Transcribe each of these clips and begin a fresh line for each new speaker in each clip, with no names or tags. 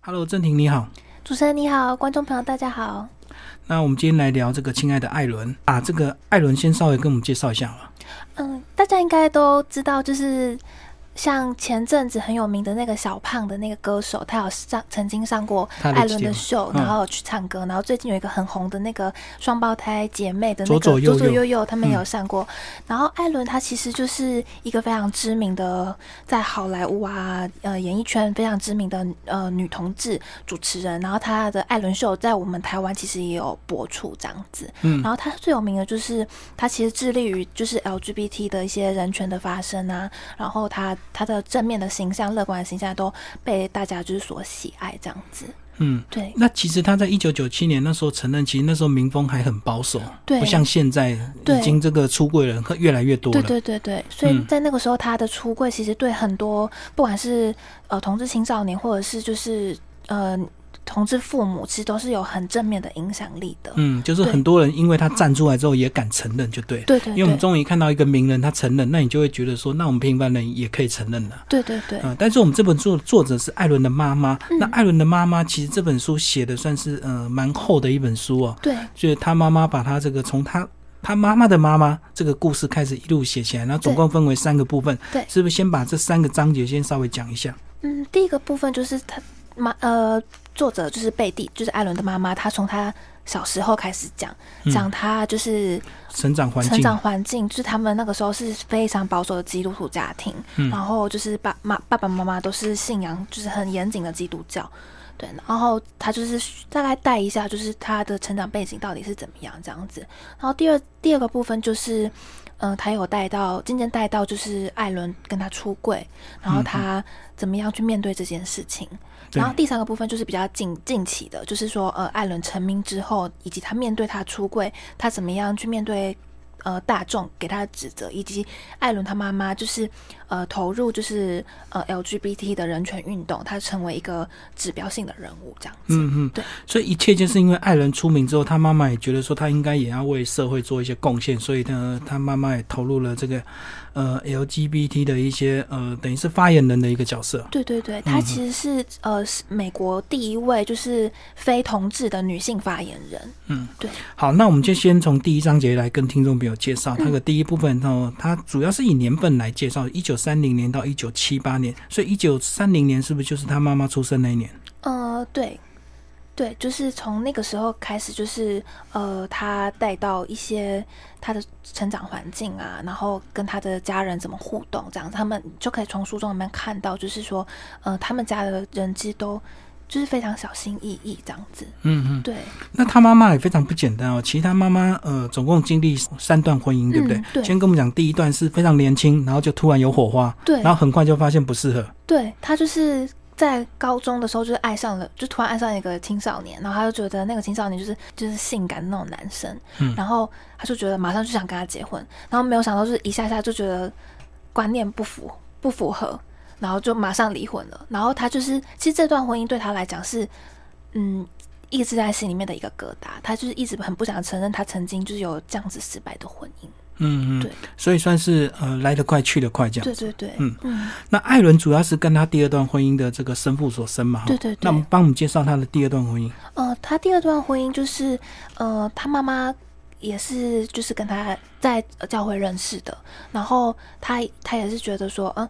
Hello，郑婷你好。
主持人你好，观众朋友大家好。
那我们今天来聊这个亲爱的艾伦啊，这个艾伦先稍微跟我们介绍一下吧。
嗯，大家应该都知道，就是像前阵子很有名的那个小胖的那个歌手，他有上曾经上过
他的
艾伦
节
的
目
秀，
嗯
然后有去唱歌，然后最近有一个很红的那个双胞胎姐妹的那
左
个
左右右
右右，他们也
嗯
有上过。然后艾伦他其实就是一个非常知名的，在好莱坞啊，呃，演艺圈非常知名的呃女同志主持人。然后她的艾伦秀在我们台湾其实也有播出这样子。
嗯
然后他最有名的就是他其实致力于就是 LGBT 的一些人权的发声啊，然后他他的正面的形象、乐观的形象都被大家就是所喜爱这样子。
嗯，
对
那其实他在一九九七年那时候承认，其实那时候民风还很保守，
对
不像现在
对
已经这个出柜人越来越多
对
了。
对对对，所以
嗯
在那个时候，他的出柜其实对很多不管是呃同志青少年，或者是就是呃同志父母，其实都是有很正面的影响力的。
嗯，就是
对
很多人因为他站出来之后也敢承认，就对了。
对对
因为我们
对，
终于看到一个名人他承认，那你就会觉得说，那我们平凡人也可以承认了。
对对对，
嗯，但是我们这本书的作者是艾伦的妈妈。
嗯
那艾伦的妈妈其实这本书写的算是呃蛮厚的一本书哦，
对
就是他妈妈把他这个从他他妈妈的妈妈这个故事开始一路写起来，然后总共分为三个部分。
对
是不是先把这三个章节先稍微讲一下？
嗯，第一个部分就是他妈呃，作者就是贝蒂，就是艾伦的妈妈，她从她小时候开始讲，
嗯
讲她就是
成长环
成
境，
长环境，就是他们那个时候是非常保守的基督徒家庭，
嗯
然后就是爸妈爸爸妈妈都是信仰就是很严谨的基督教。对，然后她就是大概带一下，就是她的成长背景到底是怎么样这样子。然后第二第二个部分就是，嗯，他有带到今天带到就是艾伦跟他出柜，然
嗯
后他怎么样去面对这件事情。
对
然后第三个部分就是比较近近期的，就是说呃，艾伦成名之后，以及他面对他出柜，他怎么样去面对呃大众给他的指责，以及艾伦他妈妈就是呃投入就是呃 LGBT 的人权运动，他成为一个指标性的人物这样子。
嗯嗯，
对，
所以一切就是因为艾伦出名之后，他妈妈也觉得说他应该也要为社会做一些贡献，所以呢，他妈妈也投入了这个呃 LGBT 的一些呃，等于是发言人的一个角色。
对对对，她其实是、呃是美国第一位就是非同志的女性发言人。
好，那我们就先从第一章节来跟听众朋友介绍
嗯
它的第一部分哦，它主要是以年份来介绍，一九三零年到一九七八年，所以一九三零年是不是就是他妈妈出生那一年？
呃，对，对，就是从那个时候开始，就是呃，他带到一些他的成长环境啊，然后跟他的家人怎么互动，这样他们就可以从书中里面看到，就是说，呃，他们家的人际都就是非常小心翼翼这样子。
嗯嗯，
对，
那他妈妈也非常不简单哦。其实他妈妈呃，总共经历三段婚姻，对不对？
嗯对
先跟我们讲，第一段是非常年轻，然后就突然有火花，
对
然，后很快就发现不适合。
对他就是在高中的时候，就是爱上了，就突然爱上一个青少年，然后他就觉得那个青少年就是就是性感的那种男生，
嗯
然后他就觉得马上就想跟他结婚，然后没有想到就是一下下就觉得观念不符不符合，然后就马上离婚了。然后他就是其实这段婚姻对他来讲是，嗯。一直在心里面的一个疙瘩，他就是一直很不想承认他曾经就是有这样子失败的婚姻。
嗯嗯
对，
所以算是呃来得快去得快这样。
对对对，
嗯
嗯，
那艾伦主要是跟他第二段婚姻的这个生父所生嘛，哈
对对对
那我们帮我们介绍他的第二段婚姻。
呃，他第二段婚姻就是，呃，他妈妈也是就是跟他在呃教会认识的，然后他他也是觉得说，嗯，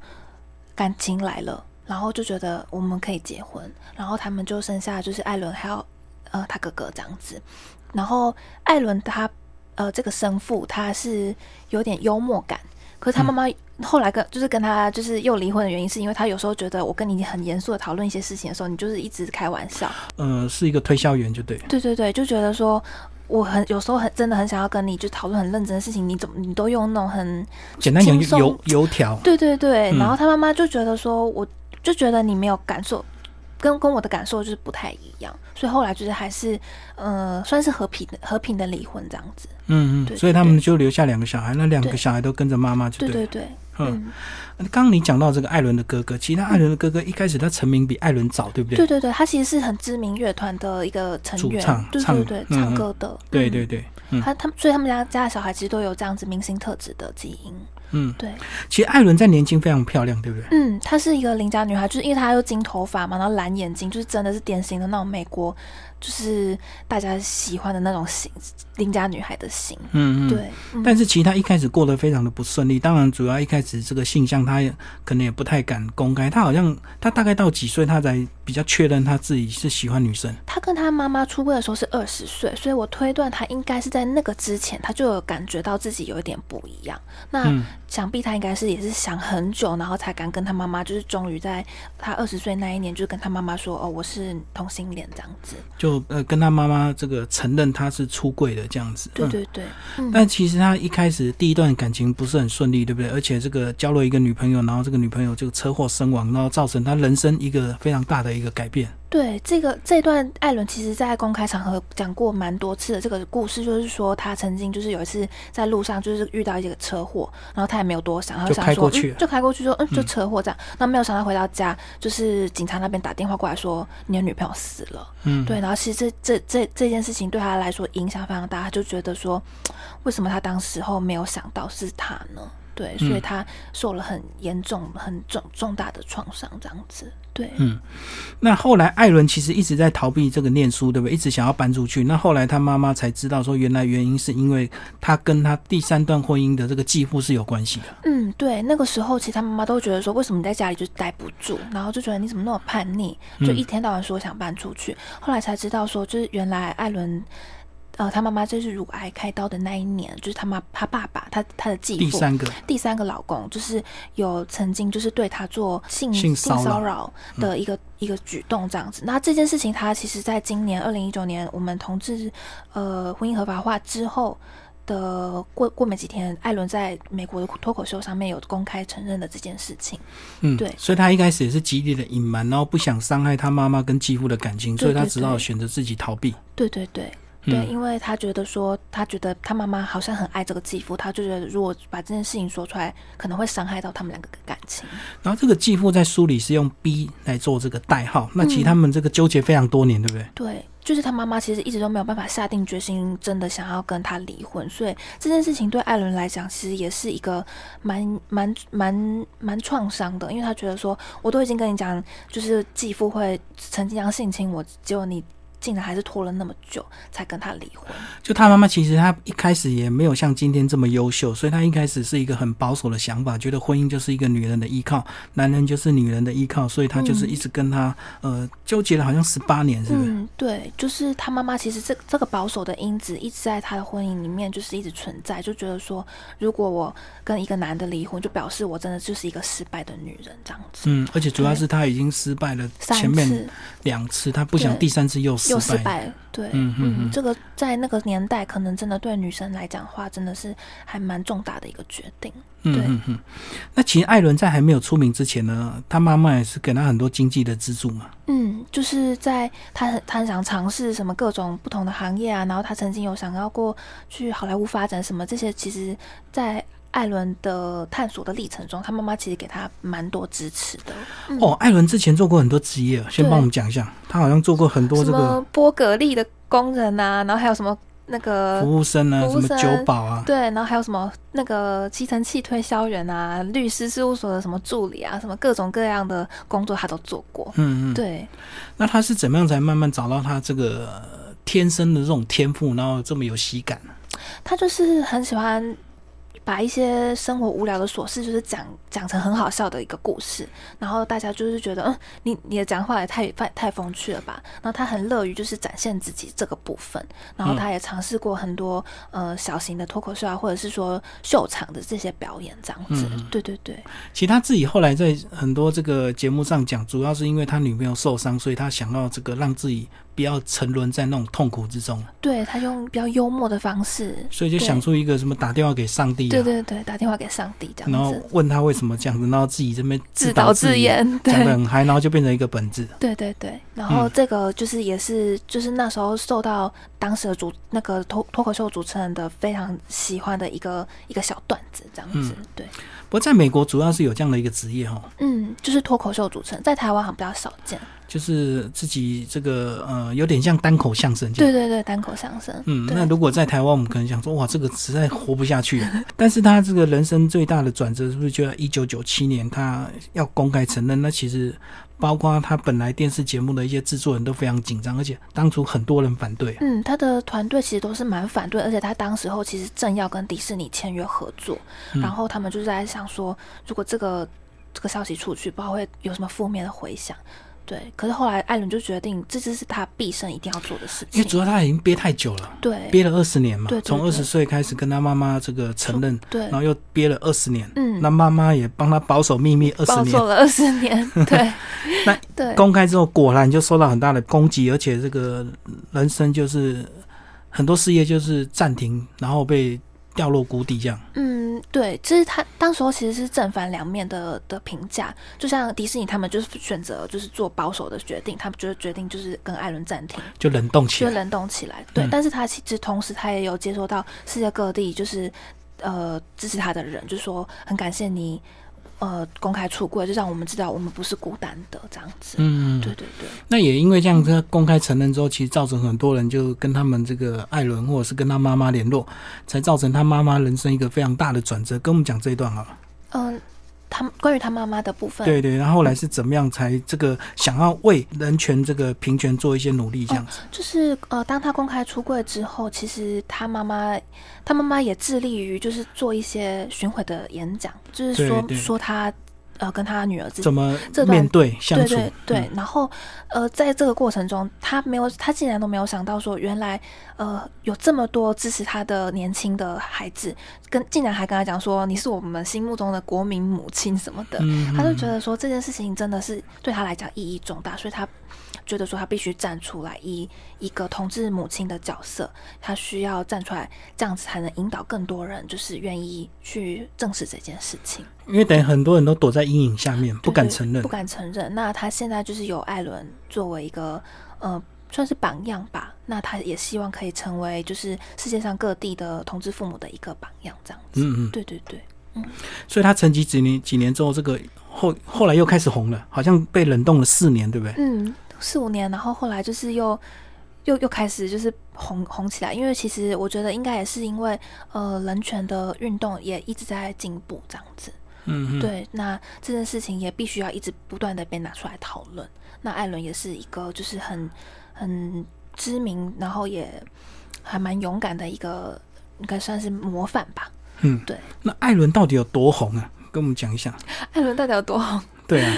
感情来了，然后就觉得我们可以结婚，然后他们就生下就是艾伦还有呃他哥哥这样子，然后艾伦他呃这个生父他是有点幽默感，可是他妈妈后来跟就是跟他就是又离婚的原因是因为他有时候觉得我跟你很严肃的讨论一些事情的时候，你就是一直开玩笑。
呃，是一个推销员就对了。
对对对，就觉得说我很有时候很真的很想要跟你就讨论很认真的事情，你怎么你都用那种很
简单讲
轻
就
松
油油条。
对对对，
嗯
然后他妈妈就觉得说，我就觉得你没有感受，跟跟我的感受就是不太一样，所以后来就是还是呃算是和平的和平的离婚这样子。
嗯嗯，
对
所以他们就留下两个小孩，那两个
对
小孩都跟着妈妈就
对
对了。
对对，
嗯，
嗯，
刚刚你讲到这个艾伦的哥哥，其实他艾伦的哥哥一开始他成名比艾伦早，对不对？
对对对，他其实是很知名乐团的一个成
主
员
唱，
对
唱
对对，
嗯嗯
唱歌的。
对
嗯
对对，嗯
他他们所以他们家家的小孩其实都有这样子明星特质的基因。
嗯，
对，
其实艾伦在年轻非常漂亮，对不对？
嗯，她是一个邻家女孩，就是因为她又金头发嘛，然后蓝眼睛，就是真的是典型的那种美国，就是大家喜欢的那种型，邻家女孩的型。
嗯嗯。。
对，嗯
但是其实他一开始过得非常的不顺利，当然主要一开始这个性向他也可能也不太敢公开，他好像他大概到几岁他才比较确认他自己是喜欢女生，
她跟她妈妈出柜的时候是二十岁，所以我推断她应该是在那个之前，她就有感觉到自己有一点不一样。那、
嗯
想必她应该是也是想很久，然后才敢跟她妈妈，就是终于在她二十岁那一年，就跟她妈妈说：“哦，我是同性恋这样子。
就呃跟他妈妈这个承认他是出柜的这样子。”
对
嗯
对对，嗯，
但其实他一开始第一段感情不是很顺利，对不对？而且这个交了一个女朋友，然后这个女朋友就车祸身亡，然后造成他人生一个非常大的一个改变。
对这个这段，艾伦其实在公开场合讲过蛮多次的这个故事，就是说他曾经就是有一次在路上就是遇到一个车祸，然后他也没有多想，然后
就
想
开
说
过去
嗯
了
就开过去说嗯就车祸这样，那没有想到回到家就是警察那边打电话过来说你的女朋友死了，
嗯，
对，然后其实这这这这件事情对他来说影响非常大，他就觉得说为什么他当时候没有想到是他呢？对，所以
嗯
他受了很严重、很重重大的创伤，这样子。
嗯
对，
那后来艾伦其实一直在逃避这个念书，对不对？一直想要搬出去。那后来他妈妈才知道说，原来原因是因为他跟他第三段婚姻的这个继父是有关系的。
嗯，对，那个时候其实他妈妈都觉得说，为什么你在家里就待不住，然后就觉得你怎么那么叛逆，就
嗯
一天到晚说想搬出去。后来才知道说，就是原来艾伦，呃，他妈妈就是乳癌开刀的那一年，就是他妈他爸爸他他的继
第
父
三个，
第三个老公，就是有曾经就是对他做性
性骚
骚
扰嗯
扰的一个、一个举动这样子。那这件事情，他其实在今年二零一九年我们同志呃婚姻合法化之后。的过过没几天，艾伦在美国的脱口秀上面有公开承认的这件事情。
嗯，
对
所以他一开始也是极力的隐瞒，然后不想伤害他妈妈跟继父的感情，
对
所以他
对
只好
对
选择自己逃避。
对对对对，
嗯
因为他觉得说，他觉得他妈妈好像很爱这个继父，他就觉得如果把这件事情说出来，可能会伤害到他们两个的感情。
然后这个继父在书里是用 B 来做这个代号，
嗯
那其实他们这个纠结非常多年，对不对？
对，就是他妈妈其实一直都没有办法下定决心，真的想要跟他离婚，所以这件事情对艾伦来讲，其实也是一个蛮蛮蛮蛮创伤的，因为他觉得说，我都已经跟你讲，就是继父会曾经这样性侵我，结果你竟然还是拖了那么久才跟他离婚。
就他妈妈其实她一开始也没有像今天这么优秀，所以她一开始是一个很保守的想法，觉得婚姻就是一个女人的依靠，男人就是女人的依靠，所以她就是一直跟他、呃纠结了好像十八年，是不是？
嗯，对，就是他妈妈其实这这个保守的因子一直在他的婚姻里面就是一直存在，就觉得说，如果我跟一个男的离婚，就表示我真的就是一个失败的女人这样子。
嗯，而且主要是她已经失败了
三
前面
次
两次，她不想
对
第三次又失
又
败。
失败了，对，
嗯嗯嗯
这个在那个年代，可能真的对女生来讲的话，真的是还蛮重大的一个决定。
嗯
对
嗯嗯。那其实艾伦在还没有出名之前呢，她妈妈也是给她很多经济的资助嘛。
嗯，就是在他很他很想尝试什么各种不同的行业啊，然后他曾经有想要过去好莱坞发展什么这些，其实，在艾伦的探索的历程中，他妈妈其实给他蛮多支持的。嗯
哦，艾伦之前做过很多职业，啊先
对
帮我们讲一下。她好像做过很多
什
这个
么波格利的工人啊，然后还有什么那个
服务生啊，
呃
什
服务
么
生
酒保啊，
对，然后还有什么那个吸尘器推销员啊、律师事务所的什么助理啊，什么各种各样的工作他都做过。
嗯嗯，
对，
那他是怎么样才慢慢找到他这个呃天生的这种天赋，然后这么有喜感？啊
他就是很喜欢把一些生活无聊的琐事，就是讲讲成很好笑的一个故事，然后大家就是觉得，嗯，你你的讲话也太太太风趣了吧？然后他很乐于就是展现自己这个部分，然后他也尝试过很多呃小型的脱口秀啊，或者是说秀场的这些表演这样子。对对对。
其实他自己后来在很多这个节目上讲，主要是因为他女朋友受伤，所以他想要这个让自己不要沉沦在那种痛苦之中，啊
对他用比较幽默的方式，
所以就想出一个什么打电话给上帝、啊，
对对对，打电话给上帝这
然
样
后
子，
问他为什么这样子，然后自己这边
自
导
导
自
自，演，对
讲的很嗨，然后就变成一个本子。
对对对。然后
嗯
这个就是也是就是那时候受到当时的主那个脱脱口秀主持人的非常喜欢的一个一个小段子这样子，
嗯
对，
不过在美国主要是有这样的一个职业哈，哦
嗯，就是脱口秀主持人，在台湾好像比较少见，
就是自己这个呃，有点像单口相声这样。
对对对，单口相声。
嗯，
对
那如果在台湾，我们可能想说，哇，这个实在活不下去了。 但是他这个人生最大的转折，是不是就在一九九七年，他要公开承认？那其实包括他本来电视节目的一些制作人都非常紧张，而且当初很多人反对。啊
嗯，他的团队其实都是蛮反对，而且他当时候其实正要跟迪士尼签约合作，
嗯
然后他们就是在想说，如果这个这个消息出去，不知道会有什么负面的回响。对，可是后来艾伦就决定，这就是他毕生一定要做的事
因
情
为。主要他已经憋太久了，
对，
憋了二十年嘛
对，对
从二
对
十岁开始跟他妈妈这个承认，
对
然，后又憋了二十年。
嗯，
那妈妈也帮他保守秘密二十
暴
年，
走，了二十年，对
那
对，
公开之后果然就受到很大的攻击，而且这个人生就是很多事业就是暂停，然后被掉落谷底这样。
嗯，对，这是他当时候其实是正反两面的的评价，就像迪士尼他们就是选择就是做保守的决定，他们就是决定就是跟艾伦暂停，
就冷冻起
就
来。
冷冻起来，对。
嗯
但是他其实同时他也有接收到世界各地就是呃支持他的人，就说很感谢你呃公开出柜，就让我们知道我们不是孤单的这样子。
嗯，
对对对，
那也因为这样，他公开承认之后，其实造成很多人就跟他们这个艾伦或者是跟他妈妈联络，才造成他妈妈人生一个非常大的转折。跟我们讲这一段好了。
嗯、他关于他妈妈的部分，
对对，然后后来是怎么样才这个想要为人权这个平权做一些努力这样子？
就是呃，当他公开出柜之后，其实他妈妈，他妈妈也致力于就是做一些巡回的演讲，就是说
对对
说他呃跟他女儿之间
怎么
这段
面对相
对
处？
对对，
嗯
然后呃，在这个过程中，他没有，他竟然都没有想到说，原来呃有这么多支持他的年轻的孩子，跟竟然还跟他讲说你是我们心目中的国民母亲什么的，
嗯
他就觉得说这件事情真的是对他来讲意义重大，所以他觉得说他必须站出来，以一个同志母亲的角色，他需要站出来，这样子才能引导更多人，就是愿意去正视这件事情。
因为等于很多人都躲在阴影下面，不敢
对
承认
不。敢承认。那他现在就是有艾伦作为一个呃，算是榜样吧。那他也希望可以成为就是世界上各地的同志父母的一个榜样，这样子。
嗯嗯。
对对对，
所以他沉寂几年几年之后，这个后后来又开始红了，好像被冷冻了四年，对不对？
嗯，四五年，然后后来就是又。又又开始就是红红起来，因为其实我觉得应该也是因为呃人权的运动也一直在进步这样子，
嗯，嗯。
对，那这件事情也必须要一直不断的被拿出来讨论。那艾伦也是一个就是很很知名，然后也还蛮勇敢的一个，应该算是模范吧。
嗯，
对。
那艾伦到底有多红啊？跟我们讲一下。
艾伦到底有多红？
对 啊，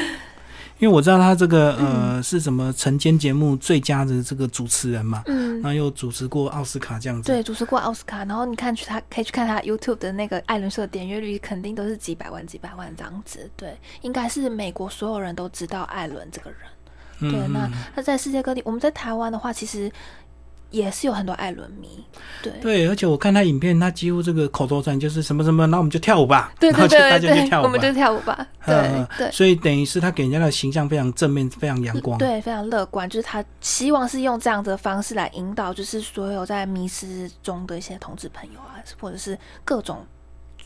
因为我知道他这个呃是什么晨间节目最佳的这个主持人嘛，
嗯
然，后又主持过奥斯卡这样子。
对，主持过奥斯卡，然后你看去他可以去看他 YouTube 的那个艾伦秀的点阅率，肯定都是几百万、几百万这样子。对，应该是美国所有人都知道艾伦这个人。
嗯，
对，那
嗯嗯
他在世界各地，我们在台湾的话，其实也是有很多艾伦迷。对，
对，而且我看他影片，他几乎这个口头禅就是什么什么，那我们就跳舞吧，
对
然后就
对
大
对
家就
对
跳舞吧，
对，我们就跳舞吧。对
嗯
对
所以等于是他给人家的形象非常正面，非常阳光。
对，非常乐观，就是他希望是用这样的方式来引导，就是所有在迷失中的一些同志朋友啊，或者是各种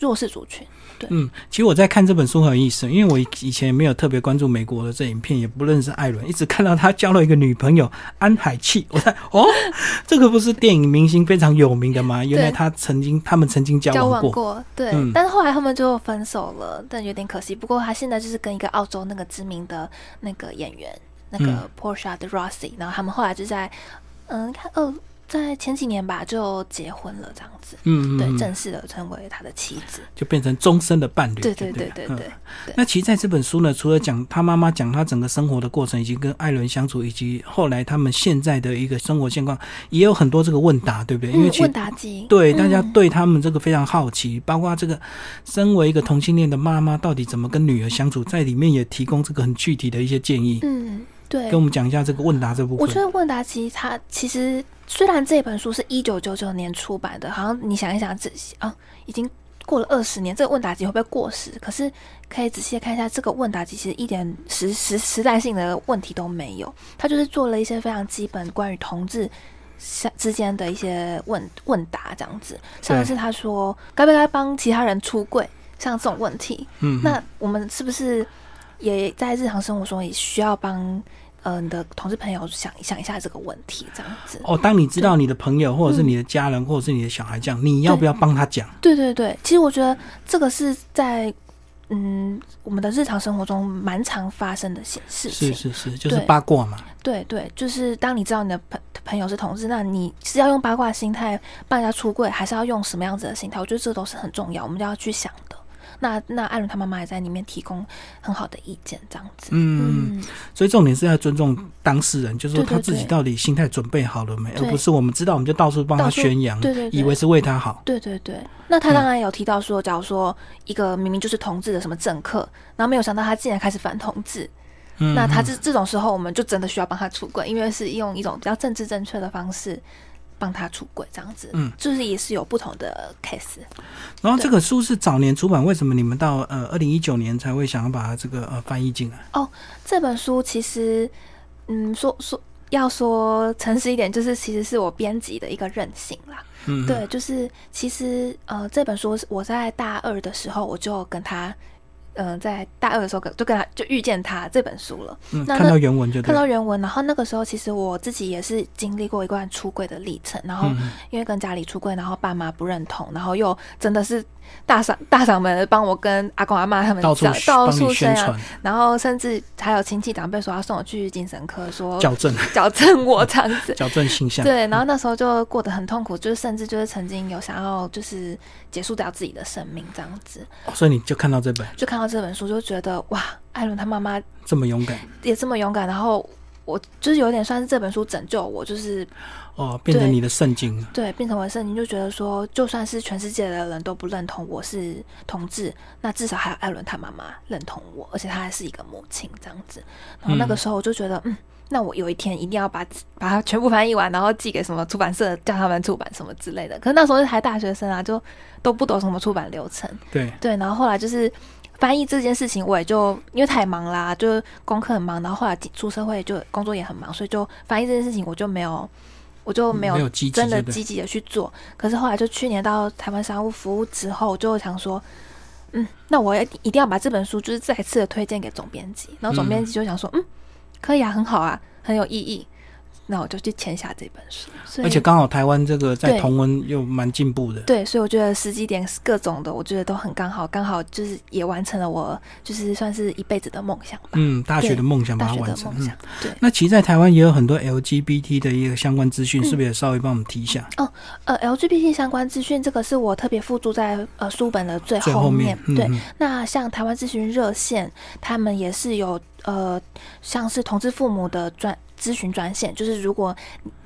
弱势族群。
嗯，其实我在看这本书很有意思，因为我以以前没有特别关注美国的这影片，也不认识艾伦，一直看到他交了一个女朋友安海气， 我在哦，这个不是电影明星非常有名的吗？原来他曾经他们曾经交
交
往
往
过，
过，对，
嗯
但是后来他们就分手了，但有点可惜。不过他现在就是跟一个澳洲那个知名的那个演员，那
嗯
个 Portia 的 Rossi，、然后他们后来就在，嗯，看哦，在前几年吧就结婚了，这样子，
嗯
对，
嗯，嗯
正式的成为他的妻子。
就变成终身的伴侣。
对
对
对对
了嗯
对对，
那其实在这本书呢，除了讲他妈妈讲他整个生活的过程，以及跟艾伦相处，以及后来他们现在的一个生活现况，也有很多这个问答，对不对？因为
嗯
其，实
问答机，
对，大家
嗯
对他们这个非常好奇，包括这个身为一个同性恋的妈妈，到底怎么跟女儿相处，在里面也提供这个很具体的一些建议，
嗯，对
跟我，们讲一下这个问答这部
我觉
分。
得问答机它其实虽然这本书是一九九九年出版的，好像你想一想，这啊已经过了二十年，这个问答机会不会过时？可是可以仔细地看一下，这个问答机其实一点时时时代性的问题都没有，它就是做了一些非常基本关于同志。相之间的一些问问答这样子，上一次他说该不该帮其他人出柜，像这种问题，
嗯，
那我们是不是也在日常生活中也需要帮呃你的同事朋友想想一下这个问题，这样子。
哦，当你知道你的朋友或者是你的家人或者是你的小孩这样，你要不要帮他讲？
嗯对对对，其实我觉得这个是在嗯我们的日常生活中蛮常发生的事事情
是。是是，就是
对
八卦嘛。
对对，就是当你知道你的朋朋友是同志，那你是要用八卦心态帮人家出柜，还是要用什么样子的心态？我觉得这都是很重要，我们都要去想的。那那艾伦他妈妈也在里面提供很好的意见，这样子。
嗯，
嗯，
所以重点是要尊重当事人，就是说
对对
他自己
对
到底心态准备好了没，而
对
不是我们知道我们就到处帮他
到处
宣扬，
对对对，
以为是为他好。
对对对，那
嗯
他当然有提到说，假如说一个明明就是同志的什么政客，然后没有想到他竟然开始反同志，
嗯，
那他这这种时候，我们就真的需要帮他出轨，因为是用一种比较政治正确的方式帮他出轨，这样子，
嗯，
就是也是有不同的 case，
然后这个书是早年出版，为什么你们到呃二零一九年才会想要把它这个呃翻译进来？
这本书其实，嗯，说说要说诚实一点，就是其实是我编辑的一个任性啦。
嗯，
对，就是其实呃，这本书是我在大二的时候我就跟他，嗯、在大二的时候跟就跟他就遇见他这本书了。
嗯，
那
看到原文就对
看
了。
到原文，然后那个时候其实我自己也是经历过一段出柜的历程，然后
嗯，
因为跟家里出柜，然后爸妈不认同，然后又真的是大嫂大嫂们帮我跟阿公阿妈他们
嗯到处
讲到
帮
处
你
宣
宣
扬，
传、
然后甚至还有亲戚长辈说要送我去精神科，说
矫正、
矫正我这样嗯子。
矫正形象。
哦对，然后那时候就过得很痛苦，就是甚至就是曾经有想要就是结束掉自己的生命这样子，
哦所以你就看到这本
就看到这本书就觉得哇，艾伦他妈妈
这么勇敢
也这么勇敢，然后我就是有点算是这本书拯救我，就是
哦，变成
对
你的圣经了。
对，变成我的圣经，就觉得说，就算是全世界的人都不认同我是同志，那至少还有艾伦他妈妈认同我，而且她还是一个母亲这样子。然后那个
嗯
时候我就觉得，嗯那我有一天一定要把把它全部翻译完，然后寄给什么出版社，叫他们出版什么之类的。可是那时候还大学生啊，就都不懂什么出版流程。
对，
对，然后后来就是翻译这件事情，我也就因为太忙啦，就功课很忙，然后后来进出社会就工作也很忙，所以就翻译这件事情我就没有，我就嗯没有
没有积极，
真的
对不对
积极的去做。可是后来就去年到台湾商务服务之后，就想说，嗯，那我也一定要把这本书就是再次的推荐给总编辑，然后总编辑就想说，嗯可以啊，很好啊，很有意义。那我就去签下这本书，所以
而且刚好台湾这个在
对
同文又蛮进步的。
对，所以我觉得时机点各种的，我觉得都很刚好，刚好就是也完成了我就是算是一辈子的梦想吧，
嗯，大学
对
的梦想把
大
它
学
完
的
成。
梦
嗯
想。，对，
那其实，在台湾也有很多 LGBT 的一个相关资
嗯
讯，是不是也稍微帮我们提一下？
呃，LGBT 相关资讯这个是我特别附注在呃书本的最
最
后
后面，嗯
对，
嗯
那像台湾咨询热线，他们也是有呃，像是同志父母的专咨询专线，就是如果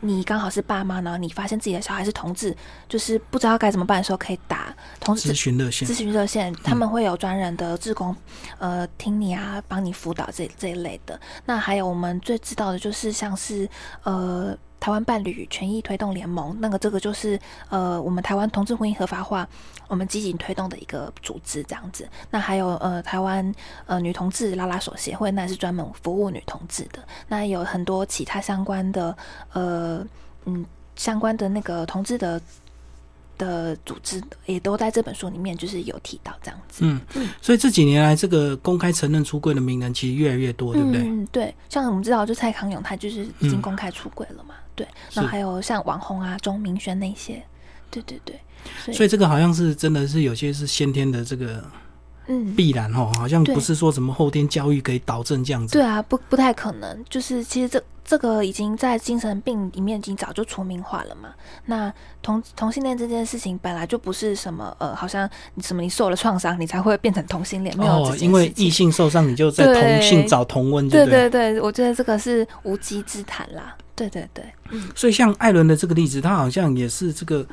你你刚好是爸妈，然后你发现自己的小孩是同志，就是不知道该怎么办的时候，可以打同
咨
志
询热线
咨。询热线，他们会有专人的志工，呃，听你啊，帮你辅导这这一类的。那还有我们最知道的就是像是呃。台湾伴侣权益推动联盟，那个这个就是呃，我们台湾同志婚姻合法化，我们积极推动的一个组织这样子。那还有呃，台湾呃女同志拉拉手协会，那也是专门服务女同志的。那也有很多其他相关的呃嗯相关的那个同志的的组织也都在这本书里面就是有提到这样子，
嗯，所以这几年来，这个公开承认出柜的名人其实越来越多，对不对？
嗯，对，像我们知道，就蔡康永他就是已
嗯
经公开出轨了嘛，对，
是
然后还有像王红啊、钟明轩那些，对对对，所以
所以这个好像是真的是有些是先天的这个
嗯，
必然哦，好像
对
不是说什么后天教育可以导正这样子。
对啊，不不太可能，就是其实这这个已经在精神病里面已经早就除名化了嘛。那同同性恋这件事情本来就不是什么呃，好像你什么你受了创伤你才会变成同性恋，没有这
哦
件，
因为
事情
异性受伤，你就在同性找同温，
对
不对？
对对，我觉得这个是无稽之谈啦。对对对，
所以像艾伦的这个例子，他好像也是这个，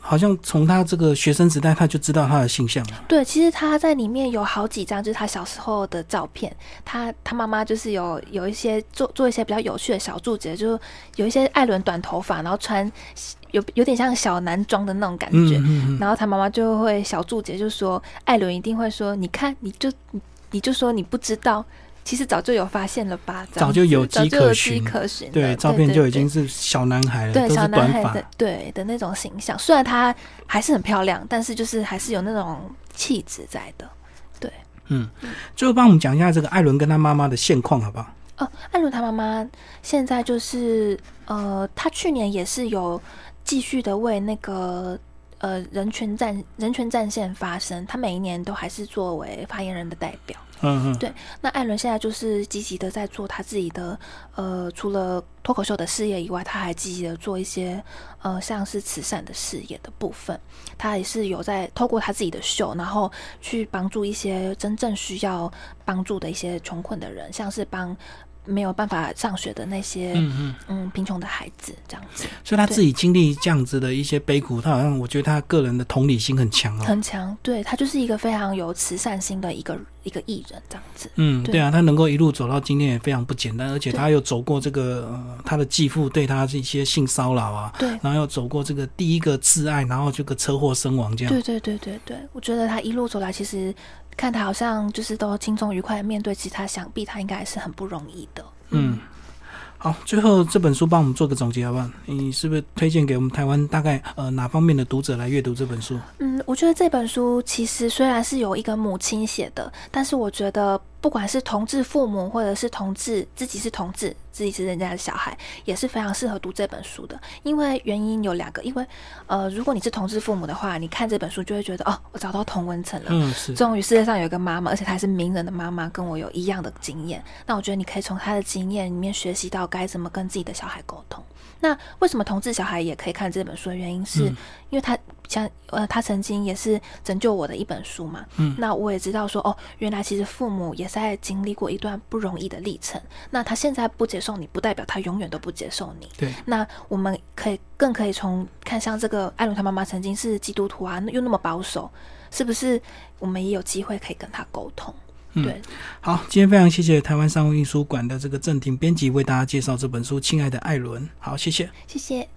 好像从他这个学生时代他就知道他的性向了。
对，其实他在里面有好几张，就是他小时候的照片。他他妈妈就是有有一些做做一些比较有趣的小注解，就是有一些艾伦短头发，然后穿有有点像小男装的那种感觉。
嗯嗯嗯，
然后他妈妈就会小注解，就说艾伦一定会说，你看，你就你你就说你不知道，其实早就有发现了吧，这样
早就有
子早
迹
就
可
有迹
循
可循了，
对，照片就已
对
经是小男孩了，
对
都
小
是
男
短
孩
发
的。对的那种形象，虽然她还是很漂亮，但是就是还是有那种气质在的。
最后帮我们讲一下这个艾伦跟他妈妈的现况好不好？
呃，安如她妈妈现在就是呃，她去年也是有继续的为那个呃人权战人权战线发声，她每一年都还是作为发言人的代表。
嗯嗯，
对那艾伦现在就是积极的在做他自己的呃，除了脱口秀的事业以外，他还积极的做一些呃，像是慈善的事业的部分。他也是有在透过他自己的秀，然后去帮助一些真正需要帮助的一些穷困的人，像是帮没有办法上学的那些
嗯嗯，
嗯贫穷的孩子这样子，
所以他自己经历这样子的一些悲苦，他好像我觉得他个人的同理心很强哦。
很强。对他就是一个非常有慈善心的一个一个艺人这样子。
嗯，
对
对啊，他能够一路走到今天也非常不简单，而且
对
他又走过这个、呃、他的继父对他这些性骚扰啊，
对，
然后又走过这个第一个挚爱，然后这个车祸身亡这样。
对对对对对，我觉得他一路走来，其实看他好像就是都轻松愉快地面对，其实他想必他应该是很不容易的。
嗯，好，最后这本书帮我们做个总结好不好？你是不是推荐给我们台湾大概呃哪方面的读者来阅读这本书？
嗯，我觉得这本书其实虽然是有一个母亲写的，但是我觉得不管是同志父母，或者是同志自己是同志，自己是人家的小孩，也是非常适合读这本书的。因为原因有两个，因为呃，如果你是同志父母的话，你看这本书就会觉得哦，我找到同温层了。
嗯，是，
终于世界上有一个妈妈，而且她是名人的妈妈，跟我有一样的经验。那我觉得你可以从她的经验里面学习到该怎么跟自己的小孩沟通。那为什么同志小孩也可以看这本书的原因是，
嗯
因为他像呃，他曾经也是拯救我的一本书嘛。
嗯
那我也知道说哦，原来其实父母也在经历过一段不容易的历程。那他现在不接受你，不代表他永远都不接受你。
对，
那我们可以更可以从看像这个艾伦他妈妈曾经是基督徒啊，又那么保守，是不是我们也有机会可以跟他沟通？
嗯
对，
好，今天非常谢谢台湾商务印书馆的这个正廷编辑为大家介绍这本书《亲爱的艾伦》，好，谢谢。
谢谢。